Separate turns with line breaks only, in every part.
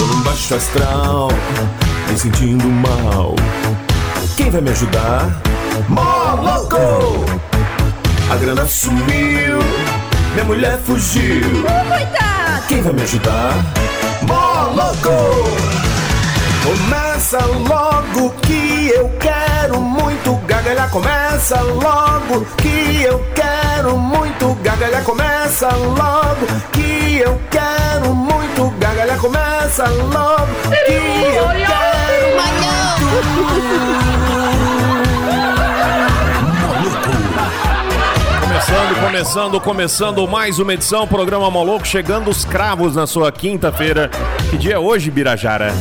um baixo astral, me sentindo mal. Quem vai me ajudar? Moloco! A grana sumiu, minha mulher fugiu.
Coitado!
Quem vai me ajudar? Moloco! Começa logo que eu quero muito gagalhar. Começa logo que eu quero muito gagalhar. Começa logo que eu quero muito gagalhar. Começa logo que eu quero
Começando, começando, começando mais uma edição, programa Maluco, chegando os cravos na sua quinta-feira. Que dia é hoje, Birajara?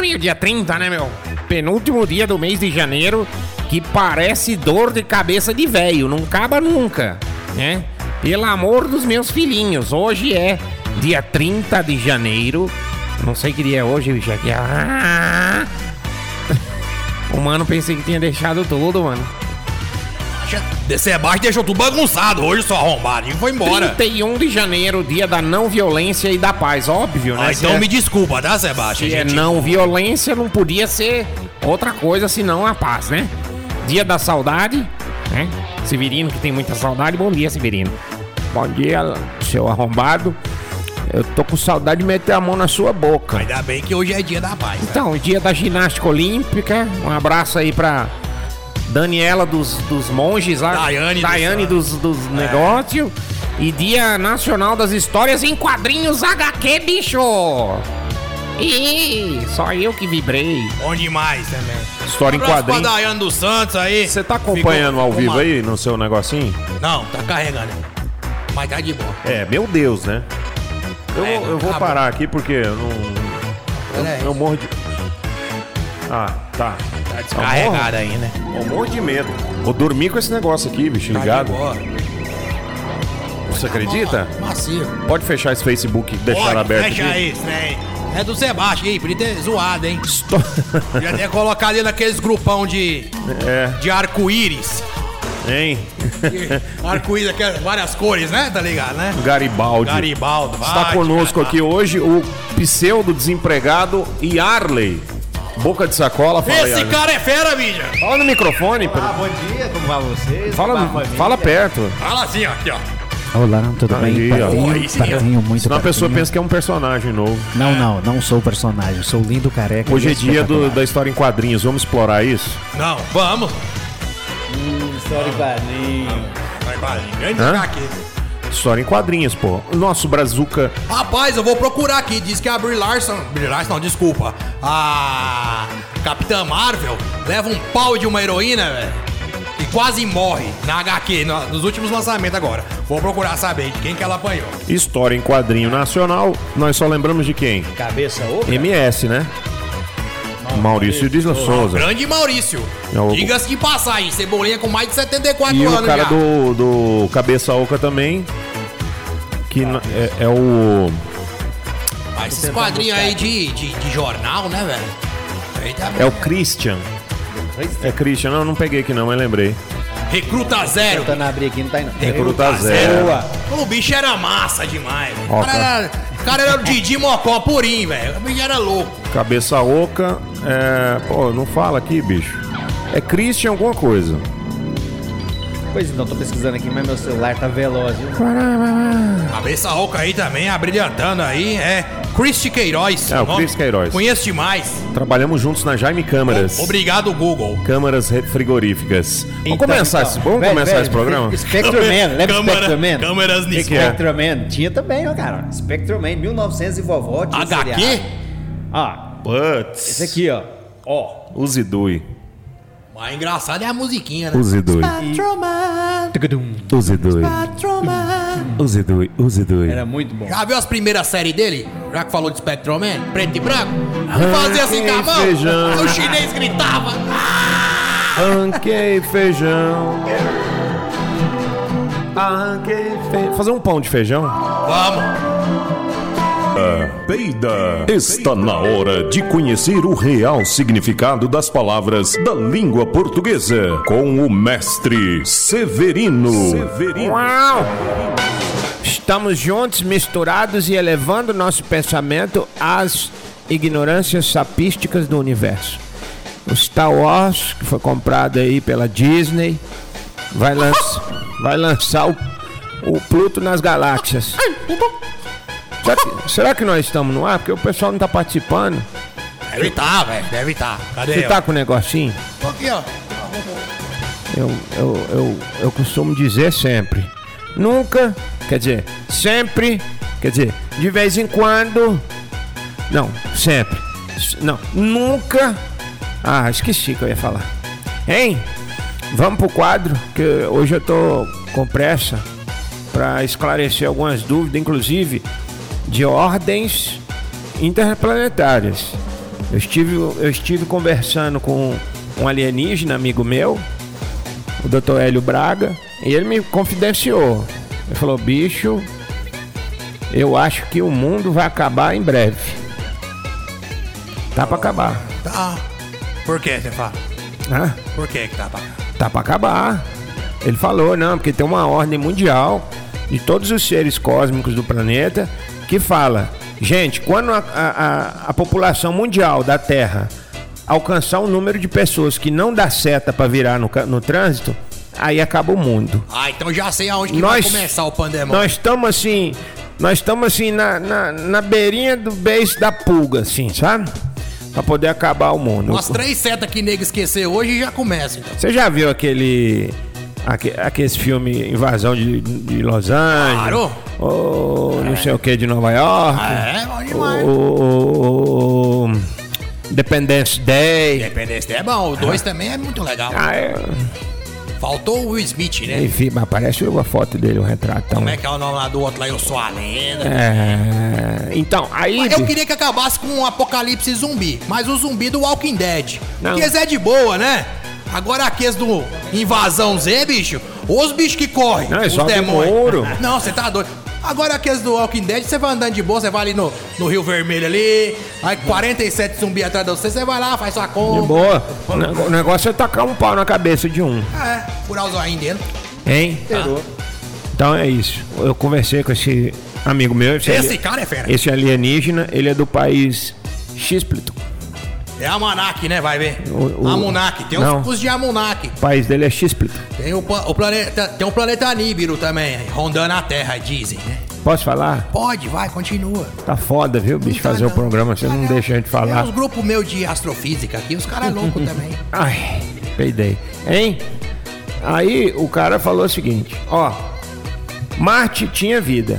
Meio dia 30, né, meu? Penúltimo dia do mês de janeiro, que parece dor de cabeça de velho, não acaba nunca, né? Pelo amor dos meus filhinhos, hoje é dia 30 de janeiro. Não sei que dia é hoje, bicho. Aqui. Ah! O mano pensei que tinha deixado tudo, mano.
Sebastião deixou tudo bagunçado hoje, só arrombado. E foi embora.
31 de janeiro, dia da não violência e da paz, óbvio, né?
Ah,
Se
então
é-
me desculpa, tá, Sebastião?
Se é não violência, não podia ser outra coisa senão a paz, né? Dia da saudade, né? Severino, que tem muita saudade. Bom dia, Severino. Bom dia, seu arrombado. Eu tô com saudade de meter a mão na sua boca.
Ainda bem que hoje é dia da paz. né?
Então, dia da ginástica olímpica. Um abraço aí pra Daniela dos, dos monges lá.
Daiane dos-
Daiane dos, dos
É.
negócios. E dia nacional das histórias em quadrinhos HQ, bicho! Ih, só eu que vibrei.
Bom demais também.
História em
Abraço pra
quadrinho.
Daiane dos Santos aí.
Você tá acompanhando
Ficou
ao
com
vivo
uma-
aí no seu negocinho?
Não, tá carregando. Mas tá de boa.
É, meu Deus, né? Eu,
É,
vou- eu vou
tá bom.
parar aqui porque eu não.
Peraí.
Eu morro de. Ah, tá.
Tá descarregado aí, né?
Eu morro de medo. Vou dormir com esse negócio aqui, bicho,
Tá de
ligado?
boa.
Você acredita?
Macio.
Pode fechar esse Facebook e deixar
Pode,
aberto
fecha
aqui.
aí, esse trem. É do Sebastião aí, podia ter zoado, hein? Podia ter colocado ele naqueles grupão de,
É,
de arco-íris.
hein?
Arco-íris, aquelas várias cores, né? Tá ligado, né?
Garibaldi.
Garibaldo, vai.
Está tá conosco aqui hoje o pseudo desempregado Yarley. Boca de sacola, fala
Esse
Yarley.
cara é fera, bicho.
Fala no microfone, pelo-
bom dia, como vai vocês?
fala, fala perto.
Fala assim, ó, aqui, ó. é
Olá, tudo
Aí,
bem?
ó.
Patinho,
Aí sim, ó.
patinho, muito
Senão a pessoa
patinho.
pensa que é um personagem novo.
Não, não, não sou personagem, sou lindo careca.
Hoje
e
é dia do-
espetacular.
da história em quadrinhos, vamos explorar isso?
Não, vamos. Vai, vai. Grande
Hã?
HQ.
História em quadrinhos, pô. Nosso Brazuca.
Rapaz, eu vou procurar aqui. Diz que a Brie Larson... Brie Larson, não, desculpa. A Capitã Marvel leva um pau de uma heroína, velho. E quase morre na HQ, no- nos últimos lançamentos agora. Vou procurar saber de quem que ela apanhou.
História em quadrinho nacional, nós só lembramos de quem?
Cabeça oca?
MS, né? Maurício Disla Souza.
Grande Maurício.
É o-
Diga-se de passagem, Cebolinha com mais de 74
E
anos
o cara
já.
do, do Cabeça Oca também, que na- é, é o...
Ah, esses quadrinhos aí de, de, de jornal, né, velho? Aí tá
É o Christian. É Christian, não, não peguei aqui não, mas lembrei.
Recruta zero.
Tentando abrir aqui, não tá indo.
Recruta É zero.
O bicho era massa demais, velho.
Ó,
O cara
cara.
era, o cara era o Didi Mocó purinho, velho. O bicho era louco.
Cabeça Oca, é... Pô, não fala aqui, bicho. É Christian alguma coisa.
Pois não, tô pesquisando aqui, mas meu celular tá veloz, viu?
Cabeça rouca aí também, abrilhantando aí. É Christy Queiroz.
É, o
nome.
Chris Queiroz.
Conheço demais.
Trabalhamos juntos na Jaime Câmaras.
Obrigado, Google.
Câmaras re- frigoríficas.
Então,
vamos começar,
então,
esse, vamos
velho,
começar
velho,
esse programa?
Spectrum Man, lembra
Câmara-
Spectrum Man?
câmeras nisso.
que é?
Spectrum Man, tinha também, ó, cara. Spectrum Man, 1900 e vovó. tinha
HQ?
seriado. Ah,
Putz.
esse aqui, ó. Ó.
Uzidui.
Mas engraçado é a musiquinha, né?
Uzidui. Uzidui. Uzidui. Uzidui.
Era muito bom.
Já viu as primeiras séries dele? Já que falou de Spectrum Man? Preto e branco? Não fazia assim com a mão?
Hum, feijão.
O chinês gritava.
Arranquei feijão. Arranquei feijão. Fazer um pão de feijão?
Vamos.
Está na hora de conhecer o real significado das palavras da língua portuguesa com o mestre Severino.
Uau! Estamos juntos, misturados e elevando nosso pensamento às
ignorâncias sapísticas do universo. O Star Wars, que foi comprado aí pela Disney, vai, lança- vai lançar o, o Pluto nas galáxias. Será que, será que nós estamos no ar? Porque o pessoal não tá participando.
Deve tá, velho. Deve tá. Cadê?
Você
ó?
tá com o negocinho?
Tô aqui, ó.
Eu, eu, eu, eu costumo dizer sempre. Nunca, quer dizer, sempre, quer dizer, de vez em quando. Não, sempre. S- Não, nunca. Ah, esqueci que eu ia falar. Hein? Vamos pro quadro, que hoje eu tô com pressa para esclarecer algumas dúvidas, inclusive de ordens interplanetárias. Eu estive, eu estive conversando com um alienígena amigo meu, o Dr. Hélio Braga, e ele me confidenciou. Ele falou: bicho, eu acho que o mundo vai acabar em breve. Tá pra acabar.
Tá. Por que você fala?
Hã?
Por que que tá pra
Tá pra acabar. Ele falou, não, porque tem uma ordem mundial de todos os seres cósmicos do planeta que fala, gente, quando a, a- a- a população mundial da Terra alcançar um número de pessoas que não dá seta pra virar no, ca- no trânsito, aí acaba o mundo.
Ah, então já sei aonde que vai
nós
começar o pandemônio.
Nós estamos assim, nós estamos assim na, na, na beirinha do beijo da pulga, assim, sabe? Pra poder acabar o mundo.
Umas três setas que nego esqueceu hoje já começa. Então.
Você já viu aquele. aque- Aquele filme Invasão de, de Los Angeles?
Claro.
Ou não sei o que de Nova York?
É, bom demais.
Ou. Dependence Day.
Independência Day é bom, o 2 também é muito legal.
Ah, é-
Faltou o Will Smith, né?
Enfim, mas aparece uma foto dele, um retratão.
Como é que é o nome lá do outro lá? Eu sou a lenda.
É, Então, aí.
Eu queria que acabasse com o apocalipse zumbi, mas o zumbi do Walking Dead.
Não.
Porque esse é de boa, né? Agora aqueles do Invasão Z, bicho, os bichos que correm,
Não, é
os
só ouro.
Não, você tá doido. Agora aqueles do Walking Dead, você vai andando de boa, você vai ali no, no Rio Vermelho ali, aí 47 zumbi atrás de você, você vai lá, faz sua
De
compra,
boa. O nego- O negócio é tacar um pau na cabeça de um.
é, furar os olhinhos dele.
Hein? Então é isso. Eu conversei com esse amigo meu. Esse,
Esse
ali-
cara é fera.
esse alienígena, ele é do país Xplito.
É Almanac, né? Vai ver.
O- o-
Amunak, tem
Não.
uns cursos de Amunak.
O país dele é Xplito.
Tem o, pa- o planeta, tem o planeta Nibiru também, rondando a Terra, dizem, né?
Posso falar?
Pode, vai, continua.
Tá foda, viu, bicho, fazer o programa. Você não deixa a gente
Tem uns
falar.
grupos meus de astrofísica aqui, os caras é louco também.
Ai, peidei. Hein? Aí o cara falou o seguinte, ó. Marte tinha vida.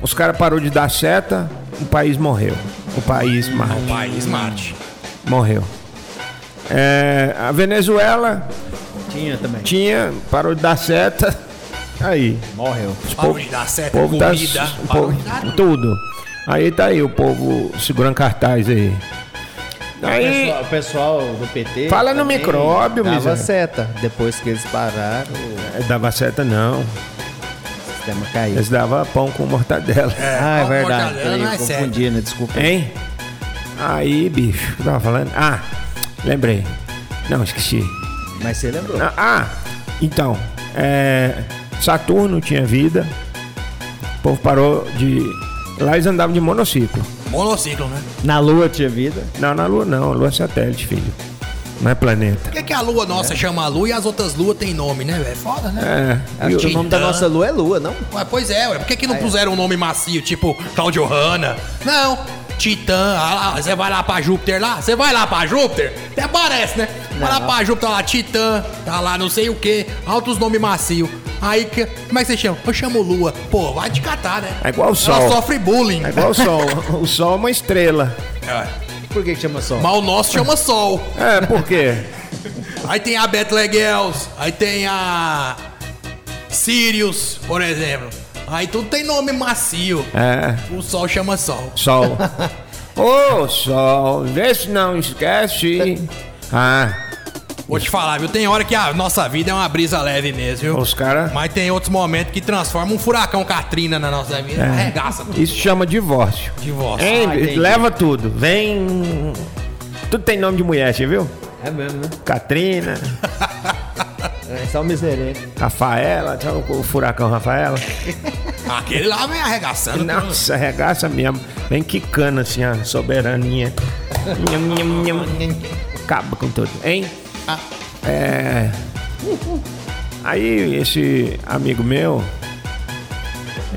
Os caras parou de dar seta, o país morreu. O país Marte.
O país Marte.
morreu. É, a Venezuela
Tinha também.
tinha, parou de dar seta. Aí,
Morreu.
os
Parou
povo-
de dar seta,
povo tá-
comida,
o
parou
povo-
de dar tudo.
tudo. Aí tá aí o povo segurando cartaz aí. Aí,
O pessoal do PT.
Fala no
também
micróbio,
Dava
miséria.
seta. Depois que eles pararam, o
eh, dava seta não,
sistema
É,
caiu.
eles dava pão com mortadela.
Ah, é
Paulo
verdade.
Mortadela
Eu
não é
confundi, né? Desculpa.
Hein? Aí, bicho, o que eu tava falando? Ah, lembrei. Não, esqueci.
Mas você lembrou.
Ah, ah, então, é, Saturno tinha vida, o povo parou de. Lá eles andavam de monociclo.
Monociclo, né?
Na Lua tinha vida.
Não, na Lua não, a Lua é satélite, filho. Não é planeta.
Por que, que a lua nossa chama a lua e as outras luas tem nome, né? velho? É foda, né?
É, e
Acho que o nome da nossa Lua é Lua, não?
Ué, pois é, ué. por que, que não
Ah,
puseram um nome macio, tipo Claudio Hanna? Não, Titã, ah, lá, você vai lá pra Júpiter lá? Você vai lá pra Júpiter? Até parece, né? Vai lá pra Júpiter, tá lá Titã, tá lá não sei o que, altos nomes macio. Aí, que, como é que você chama? Eu chamo Lua. Pô, vai te catar, né?
É igual o
Ela
Sol.
sofre bullying.
É igual o Sol. O Sol é uma estrela.
É.
Por que, que chama só?
Mas o nosso chama Sol.
É, por quê?
Aí tem a Betlegeus, aí tem a Sirius, por exemplo. Aí tudo tem nome macio.
É,
O Sol chama Sol.
Sol. Ô, Sol, vê se não esquece. Ah,
Vou te falar, viu? Tem hora que a nossa vida é uma brisa leve mesmo, viu?
os caras.
Mas tem outros momentos que transforma um furacão Katrina na nossa vida.
É.
Arregaça tudo.
Isso chama divórcio.
Divórcio.
Hein,
Ah, entendi.
leva tudo. Vem. Tudo tem nome de mulher, você viu?
É mesmo, né?
Catrina,
É só o miserente.
Rafaela, sabe o furacão Rafaela?
Aquele lá vem arregaçando.
Nossa, arregaça é mesmo. Vem quicando assim, ó, soberaninha. Nham, nham, nham, nham. Acaba com tudo, hein? É. Aí, esse amigo meu,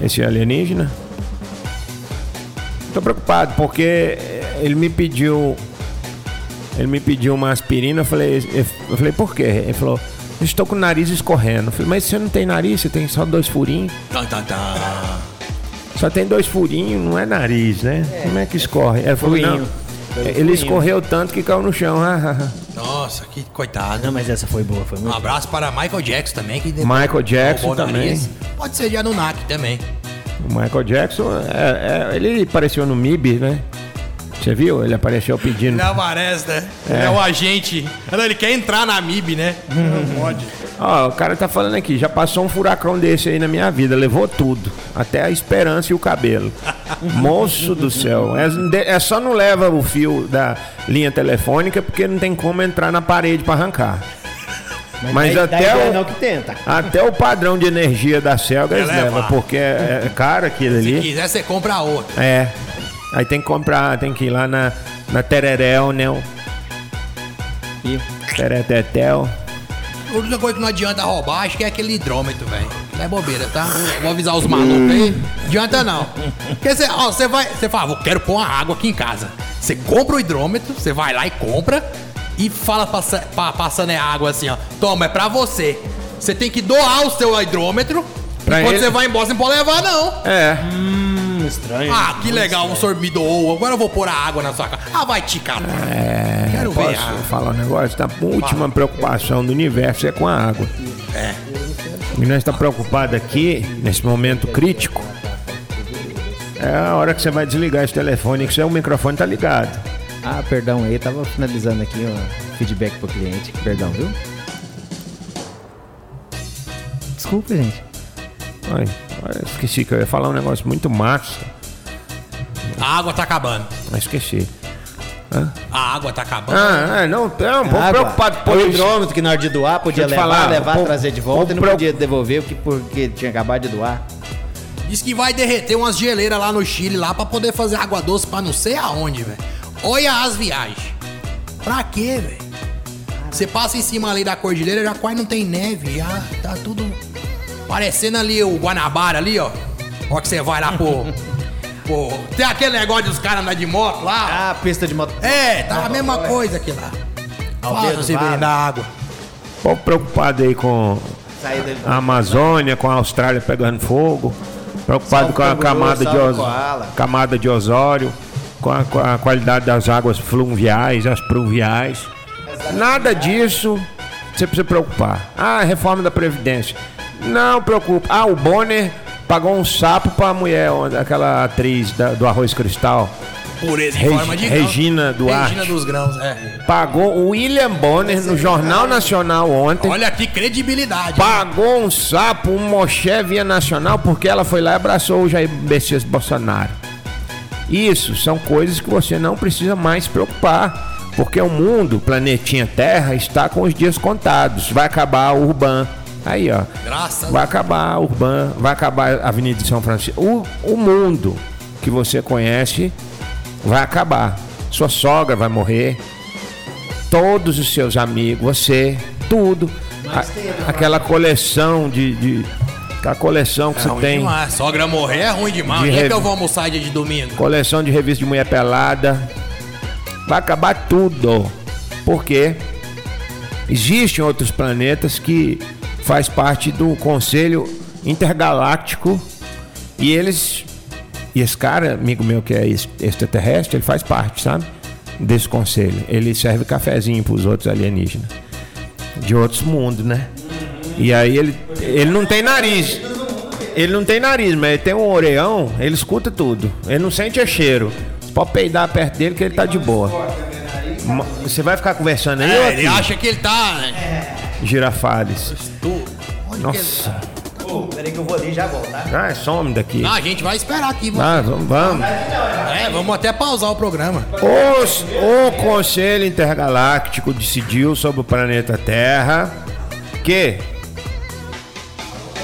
esse alienígena, tô preocupado porque ele me pediu. Ele me pediu uma aspirina, eu falei, eu falei, por quê? Ele falou, "Eu estou com o nariz escorrendo. Eu falei, mas você não tem nariz, você tem só dois furinhos.
Tan, tan, tan.
Só tem dois furinhos, não é nariz, né? Como é que escorre? É furinho.
Furinho. Pelo
Ele
furinho.
escorreu tanto que caiu no chão. né?
Nossa, que coitado.
Não, mas essa foi boa, foi
Um
muito.
abraço para Michael Jackson também, que
Michael Jackson
roubou o
também.
nariz. Pode ser de Anunnaki também.
O Michael Jackson, é- é, ele apareceu no MIB, né? Você viu? Ele apareceu pedindo.
Ele aparece, né? Ele é o agente. Não, ele quer entrar na MIB, né?
Hum.
Não pode.
Ó, o cara tá falando aqui, já passou um furacão desse aí na minha vida, levou tudo. Até a esperança e o cabelo. Moço do céu. É, é só não leva o fio da linha telefônica porque não tem como entrar na parede pra arrancar. Mas
daí-
até
daí
o-
não que tenta.
Até o padrão de energia da selga eles
Eleva.
levam, porque é, é caro aquilo
Se
ali.
quiser, você compra a outra.
É. Aí tem que comprar, tem que ir lá na, na Tereréu, né? o
E
Teretetel.
A única coisa que não adianta roubar, acho que é aquele hidrômetro, velho. Não é bobeira, tá? Vou avisar os malucos aí. Adianta não. Porque você, ó, você vai, você fala, "Ah, "Vou- quero pôr uma água aqui em casa. Você compra o hidrômetro, você vai lá e compra e fala passa- pa- passando a água assim, ó. Toma, é pra você. Você tem que doar o seu hidrômetro.
Pra
e quando
ele-
você vai embora, você não pode levar, não.
É.
hum, estranho.
Ah, que legal, o senhor me doou. Agora eu vou pôr a água na sua casa. Ah, vai te catar. Quero ver.
É, Posso
a-
falar um negócio? Tá, a última preocupação do universo é com a água. É. E nós estamos preocupados aqui, nesse momento crítico. É a hora que você vai desligar esse telefone, que seu microfone tá ligado.
Ah, perdão aí, tava finalizando aqui o feedback pro cliente. Perdão, viu? Desculpa, gente.
Ai, ai, esqueci que eu ia falar um negócio muito massa,
A água tá acabando.
mas esqueci.
A água tá acabando.
Ah, é, não, não, pouco
Água.
preocupado com
o
isso.
hidrômetro que na hora de doar podia
Deixa eu
levar,
te falar,
levar,
pô,
trazer de volta
pô,
e não
pro-
podia devolver porque, porque tinha acabado de doar.
Diz que vai derreter umas geleiras lá no Chile lá pra poder fazer água doce pra não sei aonde, velho. Olha as viagens. Pra quê, velho? Você passa em cima ali da cordilheira, já quase não tem neve, já tá tudo parecendo ali o Guanabara ali, ó. Ó que você vai lá pro... pro... Tem aquele negócio dos caras andar de moto lá.
Ah, pista de moto.
É, tá a mesma coisa aqui lá.
Aldeia
Fala,
do
se vem
Vale.
na água.
Um Pouco preocupado aí com
Saída
a Amazônia, com a Austrália pegando fogo, preocupado
Salve
com a
canguru,
camada de,
salve
ozo-
koala.
camada de osório, com a, com a qualidade das águas fluviais, as pluviais. Nada disso você precisa preocupar. Ah, a reforma da Previdência. Não preocupa. Ah, o Bonner pagou um sapo pra mulher, onde- aquela atriz da- do Arroz Cristal.
Pureza em
Regi-
forma de
Regina Duarte.
Regina dos grãos, é.
Pagou o William Bonner no Jornal Nacional ontem.
Olha que credibilidade.
Pagou um sapo, um moché via nacional, porque ela foi lá e abraçou o Jair Messias Bolsonaro. Isso são coisas que você não precisa mais se preocupar, porque o mundo, o planetinha Terra, está com os dias contados. Vai acabar o Urban. Aí, ó.
Graças
Vai acabar a Urban, vai acabar a Avenida de São Francisco. O, o mundo que você conhece vai acabar. Sua sogra vai morrer. Todos os seus amigos, você, tudo. A- aquela coleção de, de- Aquela coleção que você
É ruim
tem.
demais. Sogra morrer é ruim demais.
De
Onde é
rev-
que eu vou almoçar dia de domingo?
Coleção de revista de mulher pelada. Vai acabar tudo. Porque existem outros planetas que faz parte do Conselho Intergaláctico e eles e esse cara, amigo meu que é ex- extraterrestre, ele faz parte, sabe? Desse conselho. Ele serve cafezinho pros outros alienígenas de outros mundos, né? E aí ele ele não tem nariz. Ele não tem nariz, mas ele tem um orelhão, ele escuta tudo. Ele não sente cheiro. Você pode peidar perto dele que ele tá de boa. Ma- Você vai ficar conversando aí? ou
É, ele
aqui?
acha que ele tá.
girafales.
Tu- Onde tá?
Nossa.
Peraí que eu vou ali e já volto, tá?
Ah, some daqui.
Que... Ah, a gente vai esperar aqui. Vamos...
Ah, vamos, vamos. Ah.
É, vamos até pausar o programa.
Os- o Conselho Intergaláctico decidiu sobre o planeta Terra que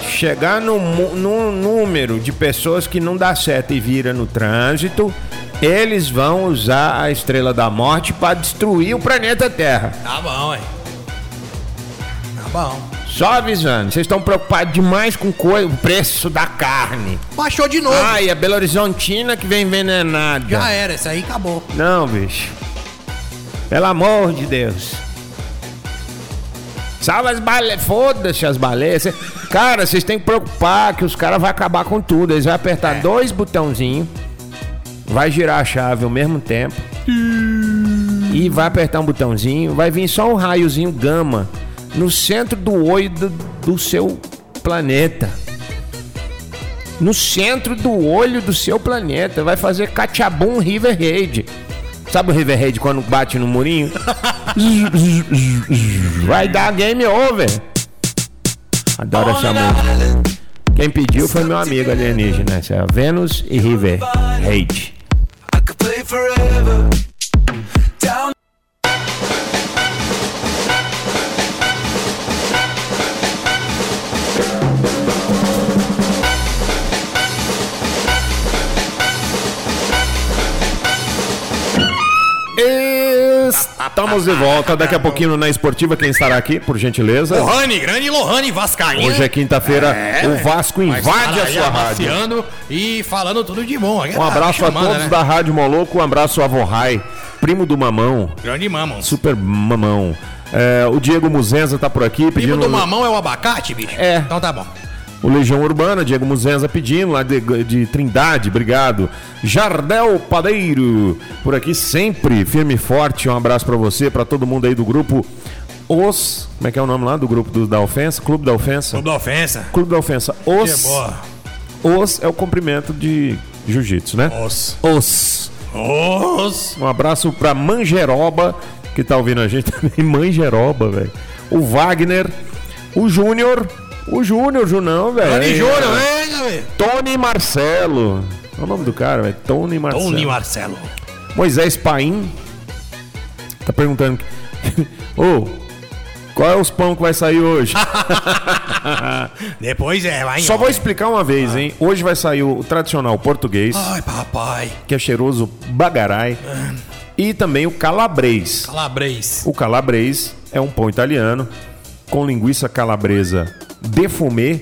chegar no, mu- no número de pessoas que não dá certo e vira no trânsito, eles vão usar a estrela da morte para destruir o planeta Terra.
Tá bom, hein? Tá bom.
Só avisando, vocês estão preocupados demais com coi- o preço da carne.
Baixou de novo.
Ai, a Belo Horizontina que vem envenenada.
Já era, esse aí acabou.
Não, bicho. Pelo amor de Deus. Salva as baleias. Foda-se as baleias. Cê- Cara, vocês têm que preocupar que os caras vão acabar com tudo. Eles vão apertar dois botãozinhos. Vai girar a chave ao mesmo tempo. E vai apertar um botãozinho. Vai vir só um raiozinho gama no centro do olho do, do seu planeta. No centro do olho do seu planeta. Vai fazer Cachabum River Raid. Sabe o River Raid quando bate no murinho? Vai dar game over. Adoro essa música. Quem pediu foi meu amigo alienígena. Essa é a Vênus e River Raid.
I could play forever. Down.
Estamos de volta. Daqui a pouquinho na Esportiva, quem estará aqui, por gentileza.
Lohane, grande Lohane Vascaíno.
Hoje é quinta-feira, o Vasco invade
Cara,
a
aí
sua rádio.
amaciando e falando tudo de bom. né?
Um abraço a todos da Rádio Moloco, um abraço a Vorrai, primo do Mamão,
Grande mamão.
super mamão. É, o Diego Muzenza tá por
Primo
aqui pedindo
do mamão é o abacate, bicho?
É.
Então tá bom.
o Legião Urbana, Diego Muzenza pedindo lá de, de Trindade, obrigado. Jardel Padeiro, por aqui sempre, firme e forte, um abraço pra você, pra todo mundo aí do grupo Os, como é que é o nome lá do grupo do- da ofensa? Clube da ofensa?
Clube da ofensa.
Clube da ofensa.
Que é
Os,
boa.
os é o comprimento de jiu-jitsu, né?
Os.
Os.
Os.
Um abraço pra Mangeroba, que tá ouvindo a gente também. Mangeroba, velho. O Wagner, o Júnior. O Júnior, Junão, velho.
Grande
Aí,
Júnior, né? velho, velho.
Tony Marcelo. É o nome do cara, velho. Tony Marcelo.
Tony Marcelo.
Moisés Paim. Tá perguntando. Ô, qual é os pão que vai sair hoje?
Depois é, vai.
Só
ó.
vou explicar uma vez, hein? Hoje vai sair o tradicional português,
Ai, papai.
que é cheiroso bagarai. E também o calabrês.
Calabrês.
O calabrês é um pão italiano com linguiça calabresa defumê,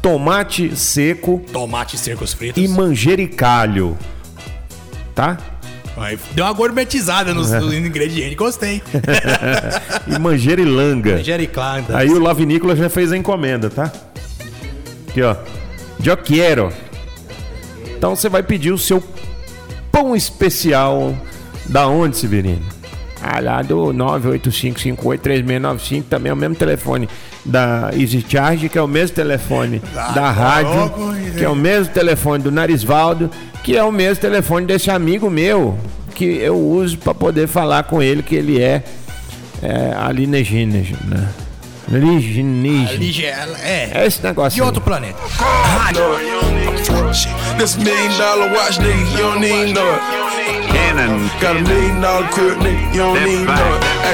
tomate seco
Tomate e cercos fritos.
e manjericalho. Tá?
Ai, Deu uma gourmetizada
É.
nos, nos ingredientes. Gostei.
E manjerilanga.
Jericlanda.
Aí o Lavinícola já fez a encomenda, tá? Aqui, ó. Yo quiero. Então você vai pedir o seu pão especial. Da onde, Severino?
Ah, lá do 985583695, também é o mesmo telefone da EasyCharge, que é o mesmo telefone
Ah,
da
tá
rádio,
louco, hein?
que é o mesmo telefone do Narisvaldo, que é o mesmo telefone desse amigo meu, que eu uso para poder falar com ele, que ele é, é alienígena. né? Alienígena.
Lige- É.
É esse negócio.
De outro planeta.
No, you don't need to know shit. This million dollar watch, nigga, you don't need no. Cannon. Got a million dollar crib, nigga, you don't need no. Hey,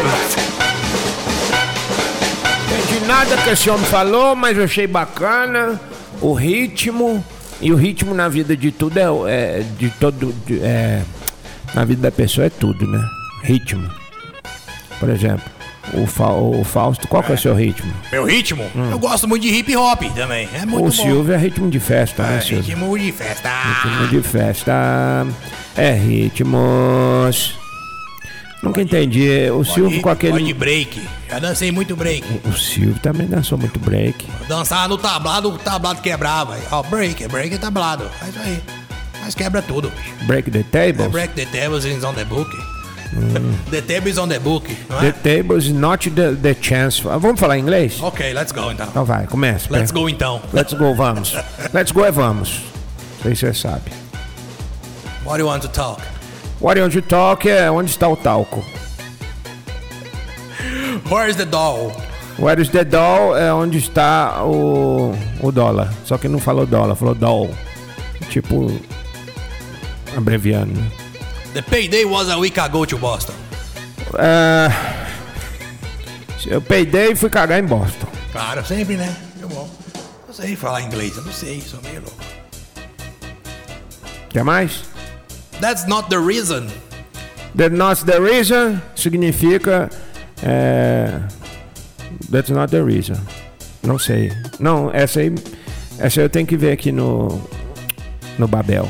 entendi nada que esse homem falou, mas eu achei bacana o ritmo. E o ritmo na vida de tudo é. é, de todo. de- é, na vida da pessoa é tudo, né? Ritmo. Por exemplo, o, Fa- o Fausto, qual que é o seu ritmo?
Meu ritmo? Eu gosto muito de hip hop também. É muito
o
bom.
Hum. Silvio é ritmo de festa,
É,
né, Silvio?
ritmo de festa.
Ritmo de festa. É ritmos. Nunca entendi. O Silvio com
Pode
aquele. Hum.
break. Já dancei muito break.
O Silvio também dançou muito break.
Dançava no tablado, o tablado quebrava. Ó, break, break e tablado. É isso aí. Mas quebra tudo. bicho.
Break the
É
tables.
break the tables is on the book. The tables on the book. Não
Hum. The
é?
tables not the, the chance. for- Ah, Vamos falar em inglês?
Ok, let's go então.
Então vai, começa.
Let's
Per-
go então.
Let's go, vamos. Let's go é vamos. Não sei se você sabe.
What do you want to talk?
What you talk é onde está o talco.
Where's the doll?
Where is the doll é onde está o, o dólar. Só que não falou dólar, falou doll. Tipo, abreviando. né?
The payday was a week ago to Boston.
Ah, eu peidei e fui cagar em Boston.
Claro, sempre, né? Muito bom. Não sei falar inglês, eu não sei, sou meio louco.
Quer mais?
That's not the reason.
That's not the reason significa. É... That's not the reason. Não sei. Não, essa aí. Essa aí eu tenho que ver aqui no. No Babel.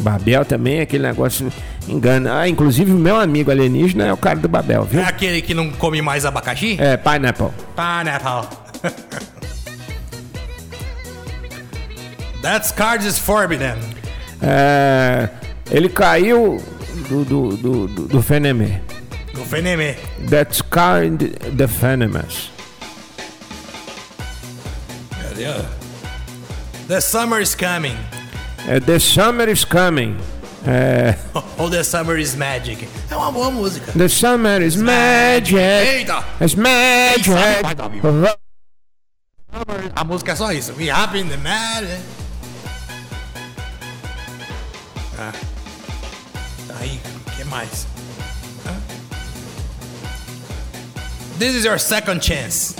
Babel também é aquele negócio engana. Ah, inclusive o meu amigo alienígena é o cara do Babel, viu?
É aquele que não come mais abacaxi?
É, Pineapple.
Pineapple. That's card is forbidden.
É, ele caiu do, do, do, do, do Fenemê.
Do Fenemê.
That's kind the Fenemas.
Cadê? The summer is coming.
É, the summer is coming. É,
Ou Oh, the summer is magic. É uma boa música.
the summer is magic.
Eita!
It's magic.
A música é só isso. We happy in the matter. Ah. Aí, o que mais? Ah. This is your second chance.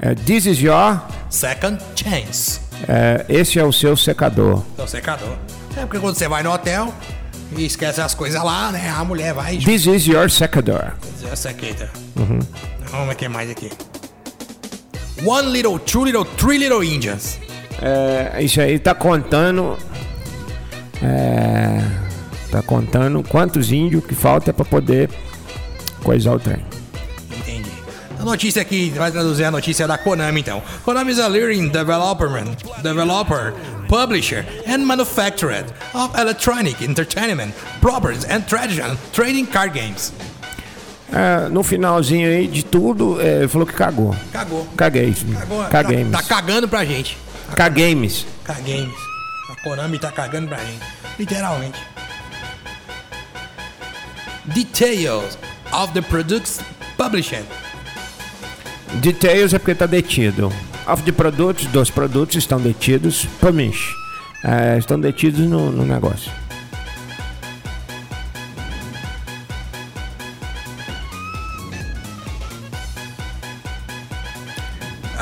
É, this is your.
Second chance.
é, esse é o seu secador.
Então, secador. É porque quando você vai no hotel e esquece as coisas lá, né? A mulher vai e
This is your secador.
essa aqui, tá? Vamos ver o que mais aqui. One little, two little, three little Indians.
É, isso aí tá contando. É, tá contando quantos índios que falta pra poder coisar o trem.
Entendi. A notícia aqui vai traduzir a notícia da Konami, então. Konami is a leading development, developer, publisher and manufacturer of electronic entertainment properties and tradition trading card games.
É, no finalzinho aí de tudo, é, ele falou que cagou.
Cagou.
Caguei.
Cagou.
Cagames.
Tá, tá cagando pra gente.
Cagames.
Cagames. A Konami tá cagando pra gente. Literalmente. Details of the products published.
Details é porque tá detido. Off de produtos, dos produtos estão detidos. Pumish. É, estão detidos no, no negócio.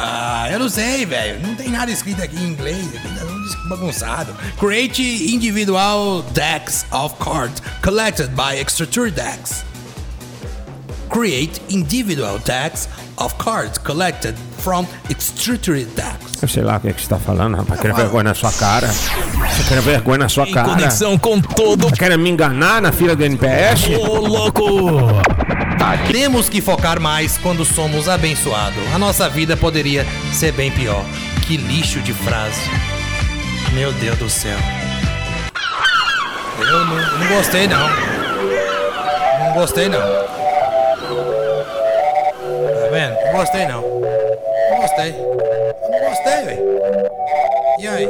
Ah, eu não sei, velho. Não tem nada escrito aqui em inglês. Aqui tá tudo bagunçado. Create individual decks of cards collected by extrature decks. Create individual decks of cards collected from extrature decks.
Eu sei lá o que, é que você tá falando, rapaz. Quero vergonha na sua cara. Você quer vergonha na sua
Em
cara.
conexão com todo
Querem me enganar na fila do NPS?
o louco.
Temos que focar mais quando somos abençoados. A nossa vida poderia ser bem pior. Que lixo de frase. Meu Deus do céu. Eu não, não gostei, não. Não gostei, não. Tá vendo? Não gostei, não. Não gostei. Eu não gostei, velho. E aí?